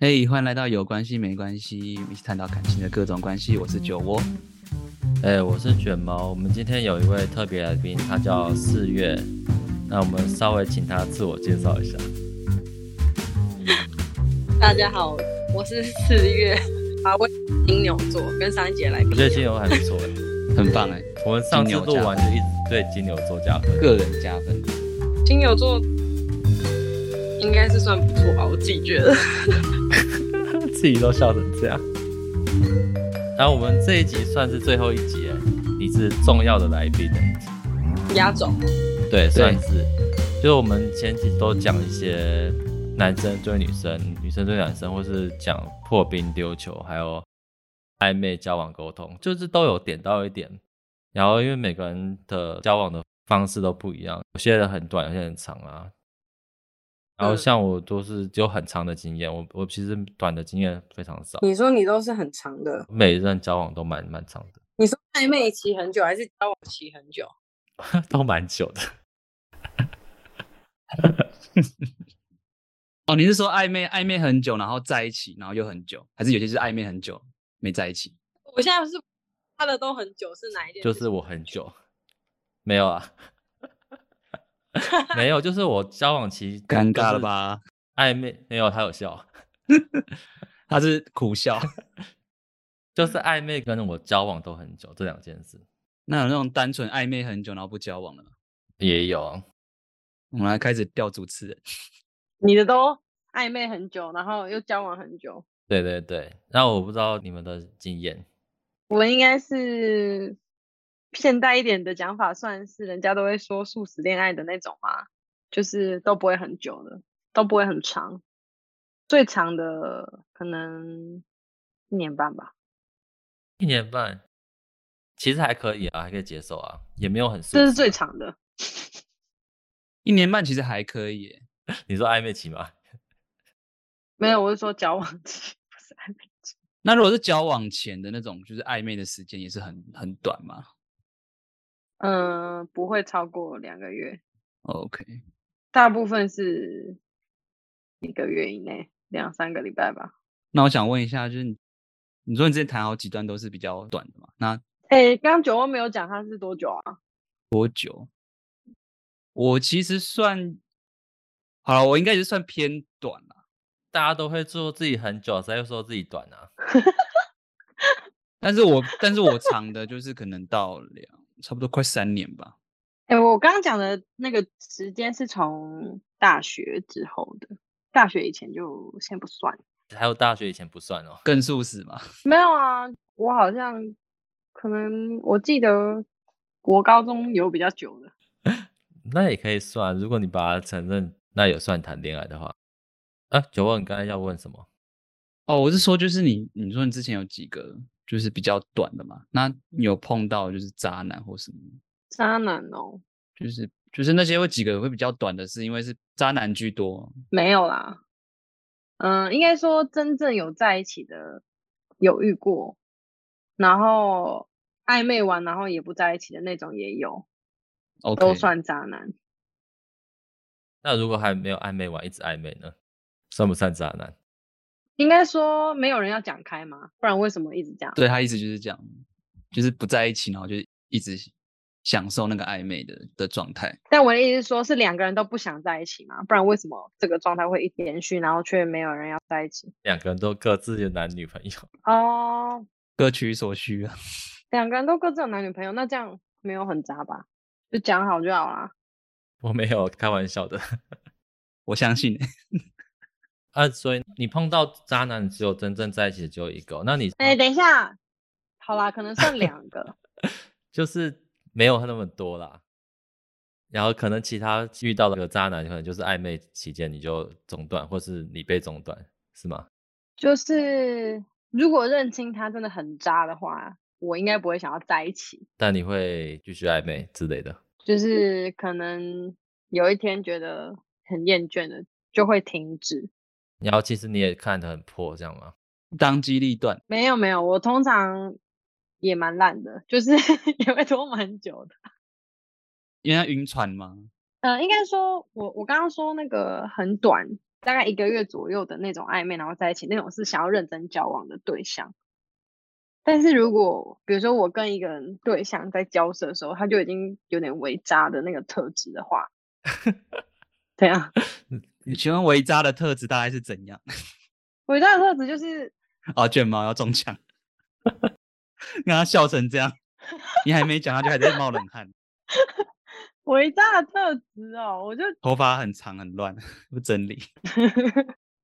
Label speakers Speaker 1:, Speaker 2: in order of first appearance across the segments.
Speaker 1: 嘿，哎欢迎来到有关系没关系，一起探讨感情的各种关系。我是酒窝，
Speaker 2: 哎、我是卷毛。我们今天有一位特别来宾，他叫四月。那我们稍微请他自我介绍一下。
Speaker 3: 大家好，我是四月，啊，我金牛座，跟上一节来
Speaker 2: 我
Speaker 3: 宾
Speaker 2: 觉得金牛还不错哎。
Speaker 1: 很棒哎、
Speaker 2: 我们上次录完就一直对金牛座加分。
Speaker 1: 个人加分。
Speaker 3: 金牛座应该是算不错吧，我自己觉得。
Speaker 2: 自己都笑成这样。然后我们这一集算是最后一集耶，你是重要的来宾耶
Speaker 3: 压轴，
Speaker 2: 对，算是。就是我们前几集都讲一些男生追女生、女生追男生，或是讲破冰丢球，还有暧昧交往沟通，就是都有点到一点。然后因为每个人的交往的方式都不一样，有些人很短，有些人很长啊。然后
Speaker 3: 嗯
Speaker 2: 像我都是只有很长的经验，我我其实短的经验非常少。
Speaker 3: 你说你都是很长的，
Speaker 2: 每一任交往都蛮蛮长的，
Speaker 3: 你说暧昧期很久还是交往期很久？
Speaker 2: 都蛮久的。
Speaker 1: 哦，你是说暧昧暧昧很久，然后在一起，然后又很久，还是有些是暧昧很久没在一起？
Speaker 3: 我现在是他的都很久，是哪一件？
Speaker 2: 就是我很久，没有啊， 没有，就是我交往期
Speaker 1: 尴尬了？吧？
Speaker 2: 暧昧没有，他有笑，
Speaker 1: 他是苦笑。
Speaker 2: 就是暧昧跟我交往都很久这两件事
Speaker 1: 那有那种单纯暧昧很久然后不交往了吗，
Speaker 2: 也有啊，
Speaker 1: 我们来开始调主持人。
Speaker 3: 你的都暧昧很久，然后又交往很久。
Speaker 2: 对对对。那我不知道你们的经验，
Speaker 3: 我应该是现代一点的讲法，算是人家都会说素食恋爱的那种嘛，就是都不会很久的，都不会很长，最长的可能一年半吧。
Speaker 2: 一年半其实还可以啊，还可以接受啊，也没有很啊舒
Speaker 3: 这是
Speaker 2: 服。
Speaker 3: 最长的，
Speaker 1: 一年半其实还可以、耶
Speaker 2: 你说暧昧期吗？
Speaker 3: 没有，我是说交往期，不是暧昧期。
Speaker 1: 那如果是交往前的那种，就是暧昧的时间也是很很短嘛
Speaker 3: 嗯、不会超过两个月，
Speaker 1: ？OK，
Speaker 3: 大部分是一个月以内，两三个礼拜吧。
Speaker 1: 那我想问一下，就是你你说你之前谈好几段都是比较短的嘛？那
Speaker 3: 哎，刚刚九欧没有讲他是多久啊？
Speaker 1: 我其实算好了，我应该也是算偏短了，
Speaker 2: 大家都会做自己很久，谁会说自己短啊？
Speaker 1: 但是我但是我长的就是可能到两差不多快三年吧。
Speaker 3: 哎、我刚刚讲的那个时间是从大学之后的，大学以前就先不算。
Speaker 2: 还有大学以前不算哦。
Speaker 1: 更速死嘛，
Speaker 3: 没有啊，我好像可能我记得我高中有比较久的，
Speaker 2: 那也可以算，如果你把它承认，那也算谈恋爱的话。啊，九问，你刚才要问什么？
Speaker 1: 哦，我是说，就是你你说你之前有几个就是比较短的嘛？那你有碰到就是渣男或什么吗？
Speaker 3: 渣男哦，
Speaker 1: 就是就是那些会几个会比较短的，是因为是渣男居多。
Speaker 3: 没有啦。嗯、应该说真正有在一起的有遇过，然后暧昧完然后也不在一起的那种也有，
Speaker 1: OK，
Speaker 3: 都算渣男。
Speaker 2: 那如果还没有暧昧完，一直暧昧呢，算不算渣男？
Speaker 3: 应该说没有人要讲开嘛，不然为什么一直这样？
Speaker 1: 对他意思就是这样，就是不在一起，然后就一直享受那个暧昧的的状态。
Speaker 3: 但我的意思是说，是两个人都不想在一起嘛？不然为什么这个状态会一直延续，然后却没有人要在一起？
Speaker 2: 两个人都各自有男女朋友，
Speaker 3: 哦，
Speaker 1: 各取所需啊。
Speaker 3: 两个人都各自有男女朋友，那这样没有很渣吧？就讲好就好啦。
Speaker 2: 我没有开玩笑的
Speaker 1: 我相信
Speaker 2: 啊。所以你碰到渣男，只有真正在一起的只有一个哦，那你
Speaker 3: 哎、等一下，好啦，可能算两 个。
Speaker 2: 就是没有那么多啦。然后可能其他遇到的渣男，可能就是暧昧期间你就中断，或是你被中断，是吗？
Speaker 3: 就是如果认清他真的很渣的话，我应该不会想要在一起。
Speaker 2: 但你会继续暧昧之类的。
Speaker 3: 就是可能有一天觉得很厌倦了，就会停止。
Speaker 2: 然后其实你也看得很破，这样吗？
Speaker 1: 当机立断。
Speaker 3: 没有没有，我通常也蛮烂的，就是 也会拖蛮久的。
Speaker 1: 因为他晕船嘛，
Speaker 3: 呃，应该说我我刚刚说那个很短，大概一个月左右的那种暧昧，然后在一起那种是想要认真交往的对象。但是如果比如说我跟一个人对象在交涉的时候，他就已经有点伪渣的那个特质的话，啊怎样？嗯
Speaker 1: 你请问维渣的特质大概是怎样？
Speaker 3: 伪渣的特质就是
Speaker 1: 啊，卷毛要中枪， 让他笑成这样，你还没讲，他就还在冒冷汗，
Speaker 3: 伪渣的特质哦，我就
Speaker 1: 头发很长很乱，不整理。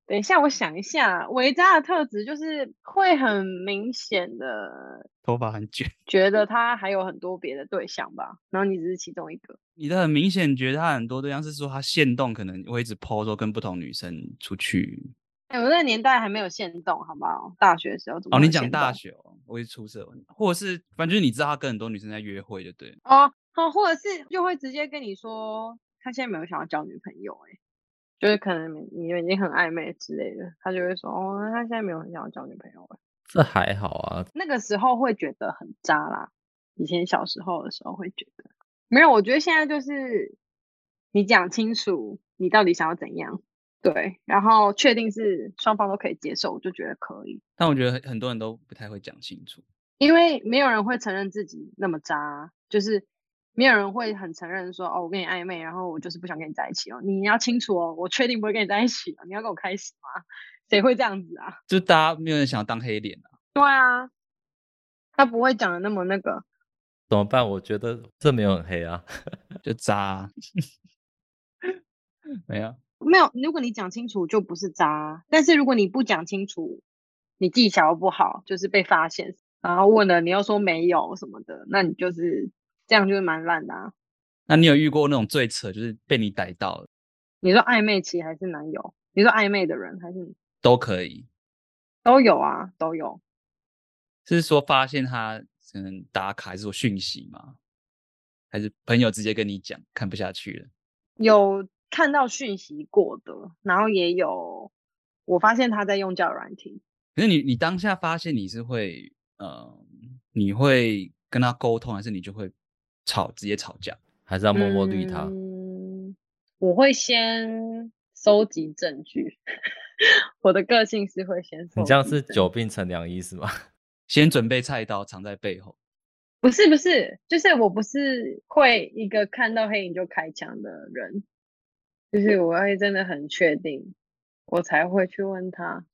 Speaker 3: 等一下，我想一下，伪渣的特质就是会很明显的
Speaker 1: 头发很卷，
Speaker 3: 觉得他还有很多别的对象吧，然后你只是其中一个。
Speaker 1: 你的很明显觉得他很多对象是说他限动可能会一直 PO 说跟不同女生出去。
Speaker 3: 哎、我那个年代还没有限动，好不好？大学的时候怎么
Speaker 1: 哦，
Speaker 3: 会
Speaker 1: 你
Speaker 3: 有
Speaker 1: 讲
Speaker 3: 限
Speaker 1: 大
Speaker 3: 动
Speaker 1: 学哦，我也出社会，或者是反正就是你知道他跟很多女生在约会，就对了。
Speaker 3: 哦，好，或者是就会直接跟你说他现在没有想要交女朋友、欸，就是可能你你们已经很暧昧之类的，他就会说哦，那他现在没有很想要交女朋友、欸。
Speaker 2: 这还好啊，
Speaker 3: 那个时候会觉得很渣啦，以前小时候的时候会觉得没有，我觉得现在就是你讲清楚你到底想要怎样，对，然后确定是双方都可以接受，我就觉得可以，
Speaker 1: 但我觉得很很多人都不太会讲清楚。
Speaker 3: 因为没有人会承认自己那么渣啊，就是没有人会很承认说哦，我跟你暧昧，然后我就是不想跟你在一起哦。你要清楚哦，我确定不会跟你在一起哦，你要跟我开始吗？谁会这样子啊？
Speaker 1: 就大家没有人想要当黑脸啊，
Speaker 3: 对啊，他不会讲的那么那个，
Speaker 2: 怎么办？我觉得这没有很黑啊，
Speaker 1: 就渣啊、 没有，
Speaker 3: 没有。如果你讲清楚，就不是渣啊。但是如果你不讲清楚，你技巧不好，就是被发现，然后问了你又说没有什么的，那你就是这样就是蛮烂的啊。
Speaker 1: 那你有遇过那种最扯，就是被你逮到了
Speaker 3: 你说暧昧期还是男友？你说暧昧的人还是？
Speaker 1: 都可以，
Speaker 3: 都有啊，都有。
Speaker 1: 是说发现他可能打卡还是说讯息吗？还是朋友直接跟你讲看不下去了？
Speaker 3: 有看到讯息过的，然后也有我发现他在用交友软体，
Speaker 1: 可是你你当下发现你是会呃，你会跟他沟通，还是你就会吵直接吵架？
Speaker 2: 还是要默默绿他。
Speaker 3: 嗯，我会先收集证据， 我的个性是会先收集证据。
Speaker 2: 你这样是久病成良医是吗？
Speaker 1: 先准备菜刀藏在背后，
Speaker 3: 不是不是，就是我不是会一个看到黑影就开枪的人，就是我会真的很确定，我才会去问他。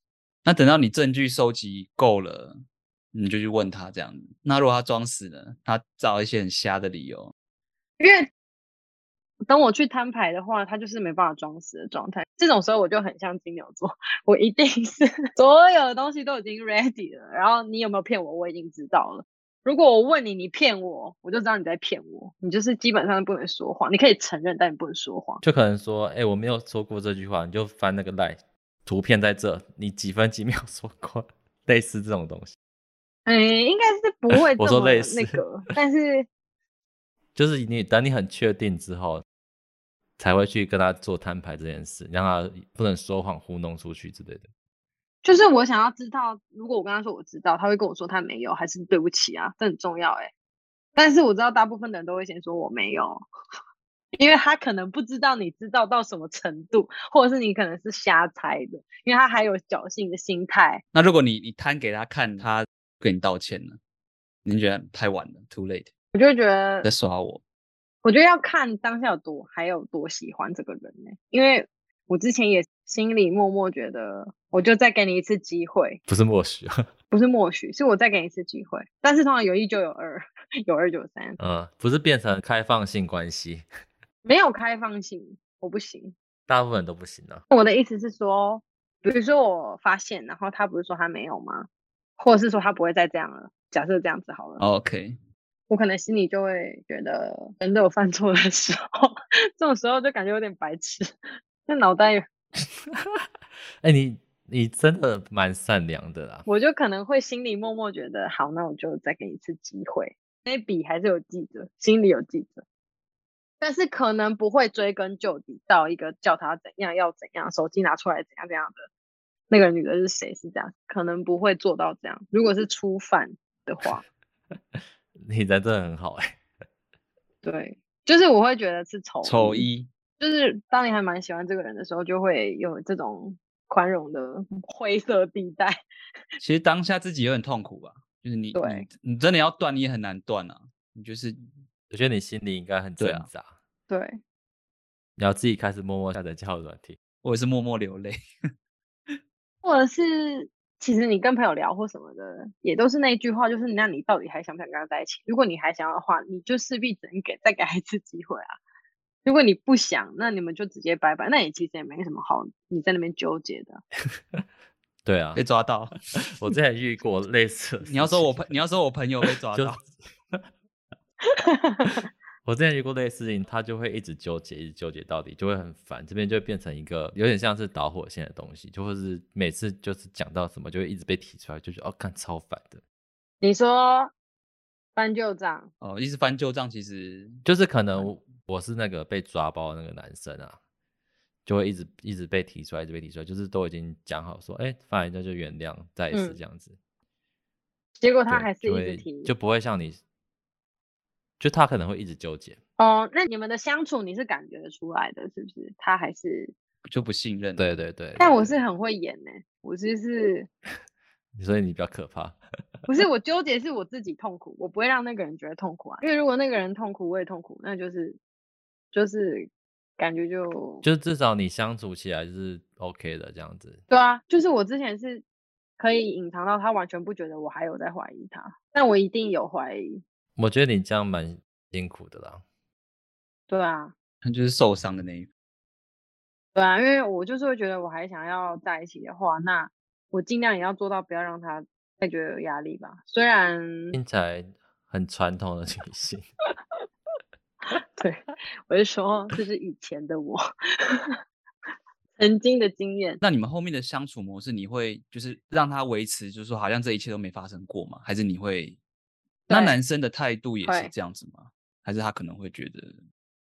Speaker 1: 那等到你证据收集够了，你就去问他这样子。那如果他装死呢？他找一些很瞎的理由，
Speaker 3: 因为等我去摊牌的话，他就是没办法装死的状态。这种时候我就很像金牛座，我一定是 所有的东西都已经 ready 了，然后你有没有骗我，我已经知道了。如果我问你，你骗我，我就知道你在骗我。你就是基本上不能说谎，你可以承认，但你不能说谎。
Speaker 2: 就可能说，哎、我没有说过这句话，你就翻那个 line 图片在这，你几分几秒 说过，类似这种东西，
Speaker 3: 哎，应该是 不会
Speaker 2: 我
Speaker 3: 这
Speaker 2: 说
Speaker 3: 么
Speaker 2: 类
Speaker 3: 那
Speaker 2: 似
Speaker 3: 个，但是
Speaker 2: 就是你等你很确定之后，才会去跟他做摊牌这件事，让他不能说谎糊弄出去之类的。
Speaker 3: 就是我想要知道，如果我跟他说我知道，他会跟我说他没有，还是对不起啊，这很重要哎、但是我知道大部分的人都会先说我没有， 因为他可能不知道你知道到什么程度，或者是你可能是瞎猜的，因为他还有侥幸的心态。
Speaker 1: 那如果你你摊给他看，他跟你道歉呢？你觉得太晚了，too late，
Speaker 3: 我就会觉得
Speaker 1: 在耍我。
Speaker 3: 我觉得要看当下有多还有多喜欢这个人呢、因为我之前也心里默默觉得，我就再给你一次机会，
Speaker 2: 不是默许，啊
Speaker 3: 不是默许，是我再给你一次机会。但是通常有一就有二， 有二就有三。
Speaker 2: 嗯，不是变成开放性关系，
Speaker 3: 没有开放性，我不行。
Speaker 2: 大部分人都不行啊。
Speaker 3: 我的意思是说，比如说我发现，然后他不是说他没有吗？或者是说他不会再这样了。假设这样子好
Speaker 1: 哦
Speaker 3: 了，
Speaker 1: OK，
Speaker 3: 我可能心里就会觉得人都有犯错的时候， 这种时候就感觉有点白痴， 那脑袋
Speaker 2: 哎、你你真的蛮善良的啦，
Speaker 3: 我就可能会心里默默觉得，好，那我就再给你一次机会。那笔还是有记着，心里有记着，但是可能不会追根究底到一个叫他怎样要怎样，手机拿出来怎样怎样的。那个女的是谁？是这样，可能不会做到这样。如果是初犯的话，
Speaker 2: 你人真的很好哎、
Speaker 3: 对，就是我会觉得是丑
Speaker 1: 丑
Speaker 2: 嗯
Speaker 3: 一，
Speaker 1: 一
Speaker 3: 就是当你还蛮喜欢这个人的时候，就会有这种宽容的灰色地带。
Speaker 1: 其实当下自己也很痛苦吧，就是你
Speaker 3: 对
Speaker 1: 你你真的要断，你也很难断啊，你就是
Speaker 2: 我觉得你心里应该很挣
Speaker 1: 对啊
Speaker 2: 扎，
Speaker 3: 对，
Speaker 2: 你要自己开始默默下载交友软体。
Speaker 1: 我也是默默流泪。
Speaker 3: 或者是其实你跟朋友聊或什么的，也都是那一句话，就是那你到底还想不想跟他在一起？如果你还想要的话，你就势必只能给再给他一次机会啊。如果你不想，那你们就直接拜拜，那也其实也没什么好你在那边纠结的。
Speaker 2: 对啊
Speaker 1: 被，抓 到，
Speaker 2: 我之前遇过类似的
Speaker 1: 哎
Speaker 2: 事情。
Speaker 1: 你要说我朋，你要说我朋友被抓
Speaker 2: 就
Speaker 1: 到，
Speaker 2: 我之前遇过类似事情，他就会一直纠结，一直纠结到底，就会很烦。这边就会变成一个有点像是导火线的东西，就会是每次就是讲到什么就会一直被提出来，就觉得哦，看超烦的。
Speaker 3: 你说翻旧账，
Speaker 1: 哦，一直翻旧账，其实
Speaker 2: 就是可能我是那个被抓包的那个男生啊，就会一直一直被提出来，一直被提出来，就是都已经讲好说，哎、反正那就原谅，再一次
Speaker 3: 嗯
Speaker 2: 这样子。
Speaker 3: 结果他
Speaker 2: 对
Speaker 3: 还是
Speaker 2: 就
Speaker 3: 一
Speaker 2: 会
Speaker 3: 直提。
Speaker 2: 就不会像你，就他可能会一直纠结。
Speaker 3: 哦，那你们的相处你是感觉得出来的，是不是？他还是，
Speaker 1: 就不信任。，
Speaker 2: 对对对，
Speaker 3: 但
Speaker 2: 对
Speaker 3: 我是很会演呢、我就是
Speaker 2: 所以你比较可怕。
Speaker 3: 不是我纠结，是我自己痛苦，我不会让那个人觉得痛苦啊。因为如果那个人痛苦，我也痛苦，那就是就是感觉就
Speaker 2: 就是至少你相处起来就是 OK 的这样子。
Speaker 3: 对啊，就是我之前是可以隐藏到他完全不觉得我还有在怀疑他，但我一定有怀疑。
Speaker 2: 我觉得你这样蛮辛苦的啦。
Speaker 3: 对啊，
Speaker 1: 他就是受伤的那一个。
Speaker 3: 对啊，因为我就是会觉得我还想要在一起的话，那我尽量也要做到不要让他再觉得有压力吧。虽然
Speaker 2: 听起来很传统的 女性，
Speaker 3: 对， 我就说这是以前的我， 曾经的经验。
Speaker 1: 那你们后面的相处模式，你会就是让他维持，就是说好像这一切都没发生过吗？还是你会？那
Speaker 3: 对
Speaker 1: 男生的态度也是
Speaker 3: 会
Speaker 1: 这样子吗？还是他可能会觉得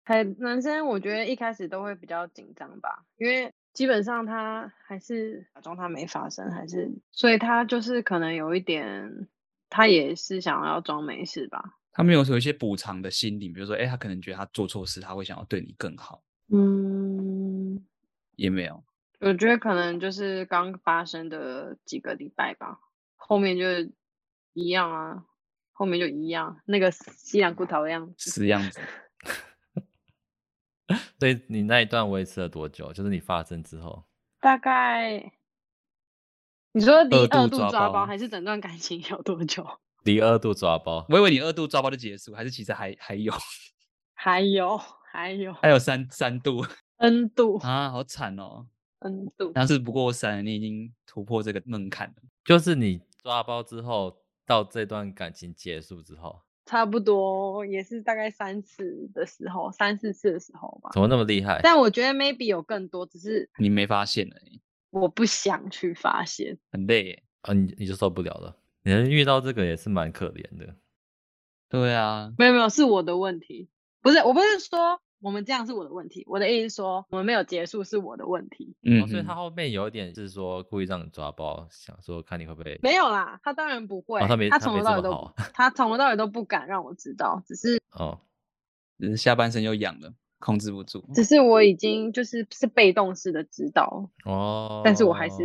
Speaker 3: 还男生，我觉得一开始都会比较紧张吧，因为基本上他还是假装他没发生，还是所以他就是可能有一点，他也是想要装没事吧。
Speaker 1: 他们有时候有一些补偿的心理，比如说，哎、他可能觉得他做错事，他会想要对你更好，
Speaker 3: 嗯，
Speaker 1: 也没有。
Speaker 3: 我觉得可能就是刚发生的几个礼拜吧，后面就一样啊，后面就一样，那个西凉骨头的样子。
Speaker 1: 死样子，
Speaker 2: 所以你那一段维持了多久？就是你发生之后，
Speaker 3: 大概你说离
Speaker 1: 二
Speaker 3: 二
Speaker 1: 度
Speaker 3: 度
Speaker 1: 抓
Speaker 3: 抓
Speaker 1: 包
Speaker 3: 包，还是整段感情有多久？
Speaker 2: 第二度抓包，
Speaker 1: 我以为你二度抓包就结束，还是其实还还有
Speaker 3: 还有还有
Speaker 1: 还有三三度
Speaker 3: N 度
Speaker 1: 啊，好惨哦！
Speaker 3: ，N 度，
Speaker 1: 但是不过三，你已经突破这个门槛了。
Speaker 2: 就是你抓包之后到这段感情结束之后，
Speaker 3: 差不多也是大概三次的时候，三四次的时候吧。
Speaker 2: 怎么那么厉害？
Speaker 3: 但我觉得 maybe 有更多，只是
Speaker 1: 你没发现而已，
Speaker 3: 我不想去发现。
Speaker 1: 很累耶。
Speaker 2: 啊，你你就受不了了。你能遇到这个也是蛮可怜的。
Speaker 1: 对
Speaker 2: 哦
Speaker 1: 啊，
Speaker 3: 没有没有，是我的问题，不是我不是说我们这样是我的问题，我的意思是说我们没有结束是我的问题。
Speaker 1: 嗯
Speaker 2: 哦，所以他
Speaker 1: 哼
Speaker 2: 后面有一点是说故意让你抓包，想说看你会不会哦
Speaker 3: 没有啦，他当然不会，
Speaker 2: 他没他
Speaker 3: 从
Speaker 2: 没这
Speaker 3: 头到尾
Speaker 2: 么
Speaker 3: 都
Speaker 2: 好
Speaker 3: 不他从头到尾都不敢让我知道，只是
Speaker 2: 哦，
Speaker 1: 只是下半身又痒了，控制不住。
Speaker 3: 只是我已经就是是被动式的知道，
Speaker 2: 哦，
Speaker 3: 嗯但是我还是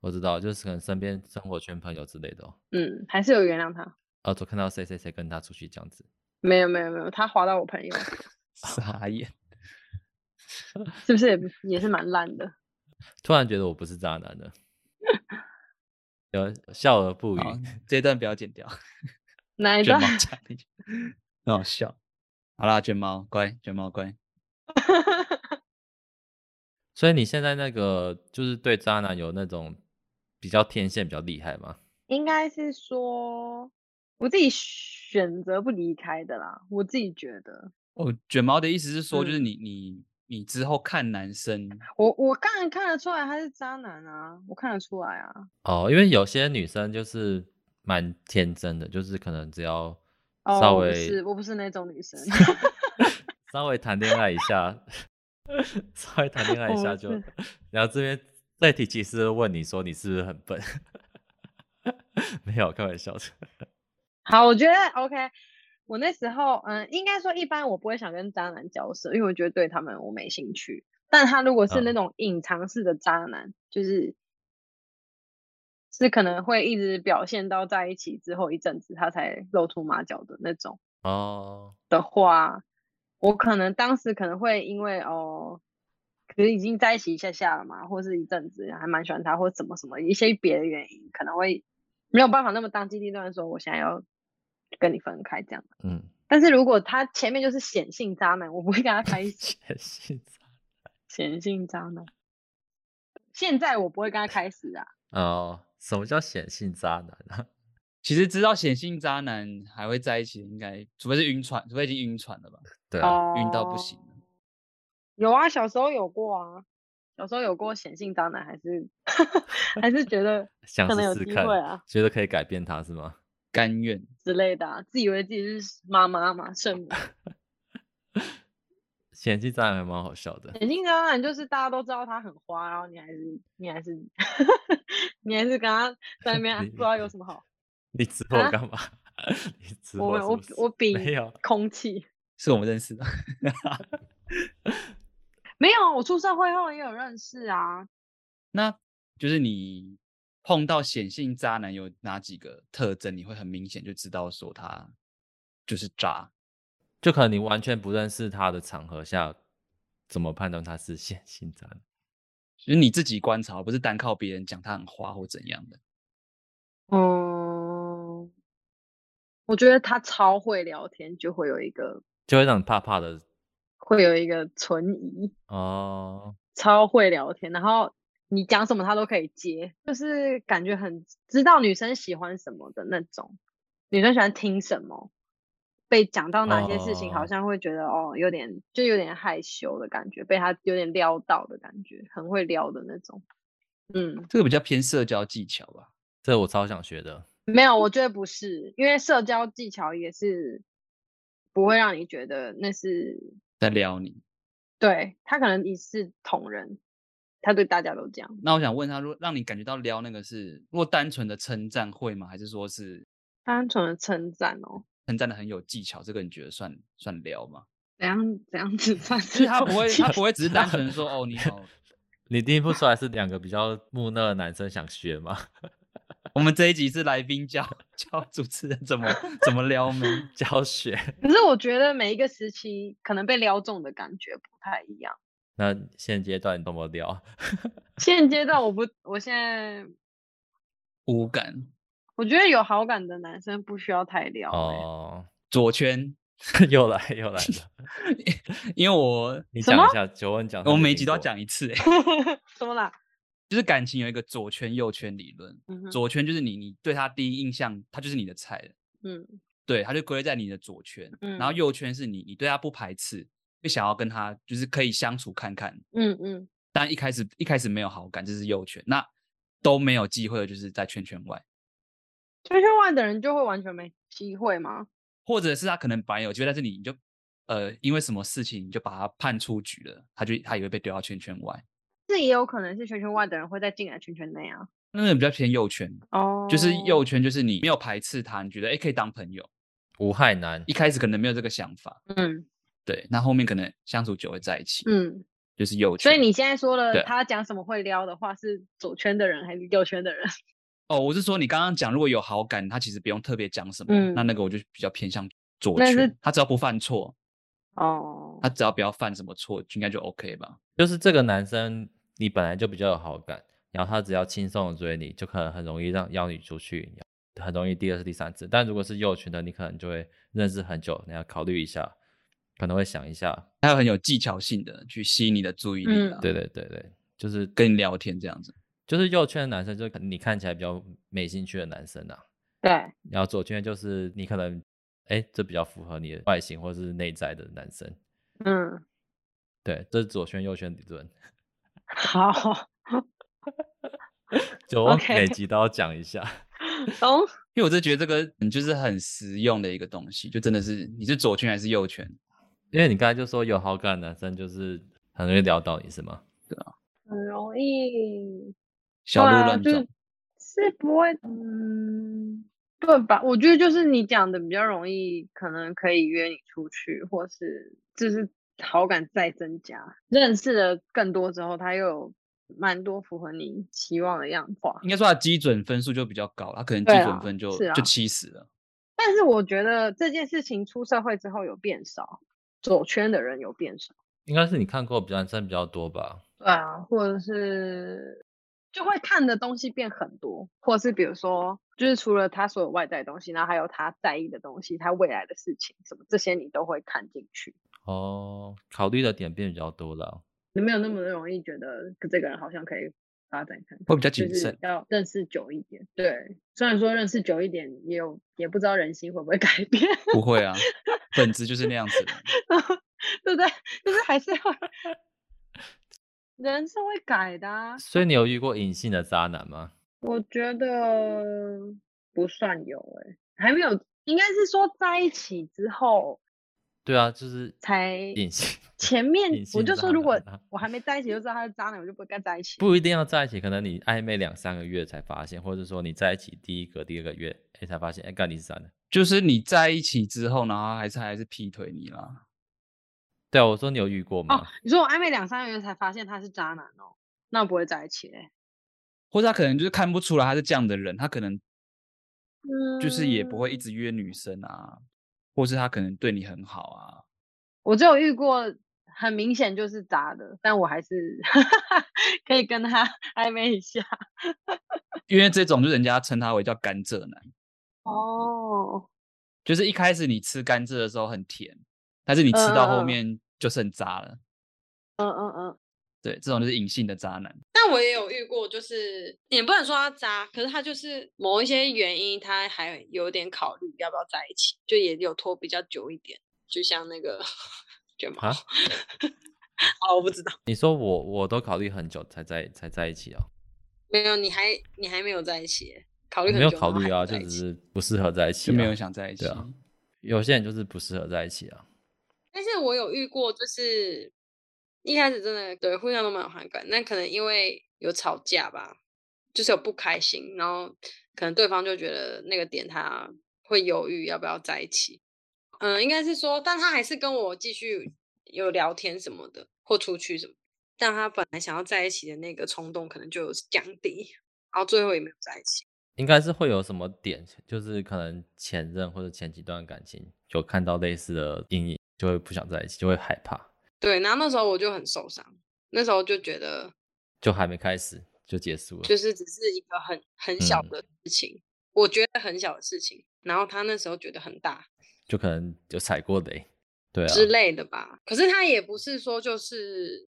Speaker 2: 我知道，就是可能身边生活圈朋友之类的、哦，
Speaker 3: 嗯还是有原谅他。
Speaker 2: 啊，昨看到谁谁谁跟他出去这样子，
Speaker 3: 没有没有没有，他划到我朋友，
Speaker 1: 傻眼，
Speaker 3: 是不是也也是蛮烂的？
Speaker 2: 突然觉得我不是渣男 了，有笑而不语，
Speaker 1: 好，这一段不要剪掉，
Speaker 3: 哪一
Speaker 1: 卷
Speaker 3: 段
Speaker 1: 毛？讲了一句， 很好笑。好啦，卷毛乖，卷毛乖，
Speaker 2: 所以你现在那个就是对渣男有那种比较天线比较厉害吗？
Speaker 3: 应该是说我自己选择不离开的啦，我自己觉得。
Speaker 1: 哦，卷毛的意思是说，就是
Speaker 3: 嗯
Speaker 1: 你你你之后看男生，
Speaker 3: 我我当然看得出来他是渣男啊，我看得出来啊。
Speaker 2: 哦，因为有些女生就是蛮天真的，就是可能只要
Speaker 3: 哦，
Speaker 2: 稍
Speaker 3: 我不
Speaker 2: 微、
Speaker 3: 是我不是那种女生，
Speaker 2: 稍微谈恋爱一下， 稍微谈恋爱一
Speaker 3: 我
Speaker 2: 下
Speaker 3: 不
Speaker 2: 就，
Speaker 3: 是
Speaker 2: 然后这边这题其实问你说你是不是很笨？ 没有，开玩笑的。
Speaker 3: 好，我觉得 OK。我那时候，嗯，应该说一般我不会想跟渣男交涉，因为我觉得对他们我没兴趣。但他如果是那
Speaker 2: 嗯
Speaker 3: 种隐藏式的渣男，就是是可能会一直表现到在一起之后一阵子他才露出马脚的那种
Speaker 2: 哦，
Speaker 3: 的话，我可能当时可能会因为哦，可是已经在一起一下下了嘛，或是一阵子还蛮喜欢他，或什么什么一些别的原因，可能会没有办法那么当机立断地说我现在要跟你分开这样。
Speaker 2: 嗯，
Speaker 3: 但是如果他前面就是显性渣男，我不会跟他在一起。
Speaker 2: 确实，
Speaker 3: 显性渣男， 现在我不会跟他开始啊。
Speaker 2: 哦，什么叫显性渣男啊？
Speaker 1: 其实知道显性渣男还会在一起，应该除非是晕船，除非已经晕船了吧，
Speaker 2: 对啊，
Speaker 3: 哦，
Speaker 1: 晕到不行。了。
Speaker 3: 有啊，小时候有过啊，小时候有过显性渣男，还是 还是觉得
Speaker 2: 想
Speaker 3: 可能
Speaker 2: 试
Speaker 3: 有
Speaker 2: 试
Speaker 3: 机
Speaker 2: 看
Speaker 3: 会，啊
Speaker 2: 觉得可以改变他是吗？
Speaker 1: 甘愿
Speaker 3: 之类的、啊，自以为自己是妈妈嘛，圣母。
Speaker 2: 显性渣男还蛮好笑的，
Speaker 3: 显性渣男就是大家都知道他很花，然后你还是你还是 你还是跟他在那边啊
Speaker 2: 你
Speaker 3: 不知道有什么好。
Speaker 2: 你指我
Speaker 3: 啊
Speaker 2: 干嘛？ 你指
Speaker 3: 我
Speaker 2: 我
Speaker 3: 没
Speaker 2: 是
Speaker 3: 有我
Speaker 2: 不是
Speaker 3: 我比
Speaker 2: 没有，
Speaker 3: 空气
Speaker 1: 是我们认识的，
Speaker 3: 没有，我出社会后也有认识啊，
Speaker 1: 那就是你碰到显性渣男有哪几个特征，你会很明显就知道说他就是渣。
Speaker 2: 就可能你完全不认识他的场合下，怎么判断他是显性渣男？
Speaker 1: 就是你自己观察，不是单靠别人讲他很花或怎样的。
Speaker 3: 嗯，我觉得他超会聊天，就会有一个
Speaker 2: 就会让你怕怕的
Speaker 3: 会有一个存疑，
Speaker 2: 哦。
Speaker 3: 超会聊天，然后你讲什么他都可以接，就是感觉很知道女生喜欢什么的那种，女生喜欢听什么，被讲到哪些事情，
Speaker 2: 哦
Speaker 3: 好像会觉得哦，有点就有点害羞的感觉，被他有点撩到的感觉，很会撩的那种。嗯，
Speaker 1: 这个比较偏社交技巧吧。
Speaker 2: 这我超想学的，
Speaker 3: 没有，我觉得不是，因为社交技巧也是不会让你觉得那是
Speaker 1: 在撩你，
Speaker 3: 对他可能一视同仁，他对大家都这样。
Speaker 1: 那我想问他，如果让你感觉到撩那个是，如果单纯的称赞会吗？还是说是
Speaker 3: 单纯的称赞哦，
Speaker 1: 称赞的很有技巧？这个你觉得算算撩吗？
Speaker 3: 怎样怎样子算
Speaker 1: 就是是他不会， 他不会只是单纯地说哦你好。
Speaker 2: 你听不出来是两个比较木讷的男生想学吗？
Speaker 1: 我们这一集是来宾教教主持人怎么怎么撩妹。
Speaker 2: 教学？
Speaker 3: 可是我觉得每一个时期可能被撩中的感觉不太一样。
Speaker 2: 那现阶段怎么聊？
Speaker 3: 现阶段我不，我现在
Speaker 1: 无感，
Speaker 3: 我觉得有好感的男生不需要太撩、欸，
Speaker 2: 哦，
Speaker 1: 左圈，
Speaker 2: 又来又来 了，
Speaker 1: 因为我
Speaker 2: 你
Speaker 3: 什
Speaker 2: 讲
Speaker 3: 么
Speaker 2: 一下，九问讲，
Speaker 1: 我每一集都要，讲一次、欸，
Speaker 3: 怎么啦？
Speaker 1: 就是感情有一个左圈右圈理论，
Speaker 3: 嗯哼
Speaker 1: 左圈就是你你对他第一印象，他就是你的菜了，
Speaker 3: 嗯
Speaker 1: 对，他就归类在你的左圈，然后
Speaker 3: 嗯
Speaker 1: 右圈是你你对他不排斥，就想要跟他就是可以相处看看，
Speaker 3: 嗯嗯，
Speaker 1: 但一开始一开始没有好感，这是右圈，那都没有机会的就是在圈圈外，
Speaker 3: 圈圈外的人就会完全没机会吗？
Speaker 1: 或者是他可能本来有机会，但是你你就呃因为什么事情你就把他判出局了，他就他也会被丢到圈圈外，
Speaker 3: 这也有可能是圈圈外的人会再进来圈圈内啊。
Speaker 1: 那个比较偏右圈。
Speaker 3: 哦，
Speaker 1: 就是右圈，就是你没有排斥他，你觉得哎、诶可以当朋友，
Speaker 2: 无害男
Speaker 1: 一开始可能没有这个想法，
Speaker 3: 嗯
Speaker 1: 对，那后面可能相处久会在一起，
Speaker 3: 嗯，
Speaker 1: 就是右圈。
Speaker 3: 所以你现在说
Speaker 1: 对
Speaker 3: 了他讲什么会撩的话，是左圈的人还是右圈 的人？
Speaker 1: 哦，我是说你刚刚讲，如果有好感，他其实不用特别讲什么，那那个我就比较偏向左
Speaker 3: 那
Speaker 1: 圈
Speaker 3: 是，
Speaker 1: 他只要不犯错，
Speaker 3: 哦
Speaker 1: 他只要不要犯什么错，就应该就 OK 吧。
Speaker 2: 就是这个男生，你本来就比较有好感，然后他只要轻松的追你，就可能很容易让邀你出去，很容易第二次、第三次。但如果是右群的，你可能就会认识很久，你要考虑一下，可能会想一下。
Speaker 1: 他有很有技巧性的去吸引你的注意力、
Speaker 3: 嗯
Speaker 1: 啊，
Speaker 2: 对对对对，就是
Speaker 1: 跟你聊天这样子。
Speaker 2: 就是右圈的男生，就可能你看起来比较没兴趣的男生啊。
Speaker 3: 对，
Speaker 2: 然后左圈就是你可能，哎，这比较符合你的外形或是内在的男生。
Speaker 3: 嗯，
Speaker 2: 对，这是左圈右圈理论。
Speaker 3: 好，
Speaker 2: 就我
Speaker 3: OK
Speaker 2: 每集都要讲一下。
Speaker 3: 懂。
Speaker 1: 因为我就觉得这个嗯就是很实用的一个东西，就真的是你是左圈还是右圈，
Speaker 2: 因为你刚才就说有好感的男生就是很容易撩到你，是吗？
Speaker 3: 很容易，
Speaker 1: 小鹿
Speaker 3: 对啊
Speaker 1: 乱
Speaker 3: 就
Speaker 1: 撞。
Speaker 3: 是是不会，嗯，
Speaker 4: 对吧？我觉得就是你讲的比较容易，可能可以约你出去，或是就是好感再增加，认识的更多之后，他又有蛮多符合你期望的样子吧。
Speaker 1: 应该说他基准分数就比较高，他可能基
Speaker 4: 对
Speaker 1: 准
Speaker 4: 啦
Speaker 1: 分就是就
Speaker 4: 啊
Speaker 1: 七十了。
Speaker 4: 但是我觉得这件事情出社会之后有变少，走圈的人有变少。
Speaker 2: 应该是你看过比较男生比较多吧？
Speaker 4: 对啊，或者是就会看的东西变很多，或是比如说，就是除了他所有外在的东西，然后还有他在意的东西，他未来的事情什么这些，你都会看进去。
Speaker 2: 哦，考虑的点变比较多了。哦
Speaker 4: 你没有那么容易觉得这个人好像可以发展看看，
Speaker 1: 会比较谨
Speaker 4: 就是
Speaker 1: 慎
Speaker 4: 要认识久一点。对，虽然说认识久一点，也有也不知道人心会不会改变，
Speaker 1: 不会啊，本质就是那样子的。
Speaker 4: 对不对？就是还是会 人是会改的、啊。
Speaker 2: 所以你有遇过隐性的渣男吗？
Speaker 4: 我觉得不算有诶、还没有，应该是说在一起之后
Speaker 2: 对啊，就是
Speaker 4: 才
Speaker 2: 隐性，
Speaker 4: 前面
Speaker 2: 隐
Speaker 4: 我
Speaker 2: 性
Speaker 4: 就
Speaker 2: 渣
Speaker 4: 说，如果
Speaker 2: 男啊
Speaker 4: 我还没在一起就知道他是渣男，我就不会跟他在一起。
Speaker 2: 不一定要在一起，可能你暧昧两三个月才发现，或者说你在一起第一个、第二个月，哎、才发现，哎、干你是渣男。
Speaker 1: 就是你在一起之后，然后还是还是劈腿你啦。
Speaker 2: 对啊，我说你有遇过吗？
Speaker 4: 哦，你说我暧昧两三个月才发现他是渣男哦，那我不会在一起嘞。
Speaker 1: 或者他可能就是看不出来他是这样的人，他可能
Speaker 4: 嗯，
Speaker 1: 就是也不会一。直约女生啊，或是他可能对你很好啊。
Speaker 4: 我只有遇过很明显就是渣的，但我还是 可以跟他 暧昧一下。
Speaker 1: 因为这种就人家称他为叫甘蔗男，
Speaker 4: 哦，
Speaker 1: 就是一开始你吃甘蔗的时候很甜，但是你吃
Speaker 4: 嗯
Speaker 1: 到
Speaker 4: 嗯
Speaker 1: 后
Speaker 4: 嗯
Speaker 1: 面就剩渣了。
Speaker 4: 嗯嗯嗯，
Speaker 1: 对，这种就是隐性的渣男。
Speaker 3: 但我也有遇过，就是也不能说他渣，可是他就是某一些原因，他还有点考虑要不要在一起，就也有拖比较久一点，就像那个卷毛。
Speaker 2: 啊
Speaker 3: 哦，我不知道，
Speaker 2: 你说我我都考虑很久才在才在一起哦，
Speaker 3: 没有，你还你还没有在一起耶，考虑
Speaker 2: 我
Speaker 3: 很
Speaker 2: 没有
Speaker 3: 久
Speaker 2: 考
Speaker 3: 然后
Speaker 2: 虑
Speaker 3: 还
Speaker 2: 啊，
Speaker 3: 没
Speaker 2: 就
Speaker 3: 在一
Speaker 2: 只
Speaker 3: 起
Speaker 2: 是不适合在一起、
Speaker 1: 就没有。想在一起。
Speaker 2: 对啊有些人就是不适合在一起啊。
Speaker 3: 但是我有遇过，就是一开始真的对互相都蛮有好感，那可能因为有吵架吧，就是有不开心，然后可能对方就觉得那个点他会犹豫要不要在一起。嗯，应该是说，但他还是跟我继续有聊天什么的，或出去什么。但他本来想要在一起的那个冲动，可能就有降低，然后最后也没有在一起。
Speaker 2: 应该是会有什么点，就是可能前任或者前几段感情有看到类似的阴影，就会不想在一起，就会害怕，
Speaker 3: 对，然后那时候我就很受伤，那时候就觉得
Speaker 2: 就还没开始就结束了。
Speaker 3: 就是只是一个很很小
Speaker 2: 嗯
Speaker 3: 的事情，我觉得很小的事情，然后他那时候觉得很大
Speaker 2: 就可能有踩过雷，对啊，
Speaker 3: 之类的吧。可是他也不是说就是，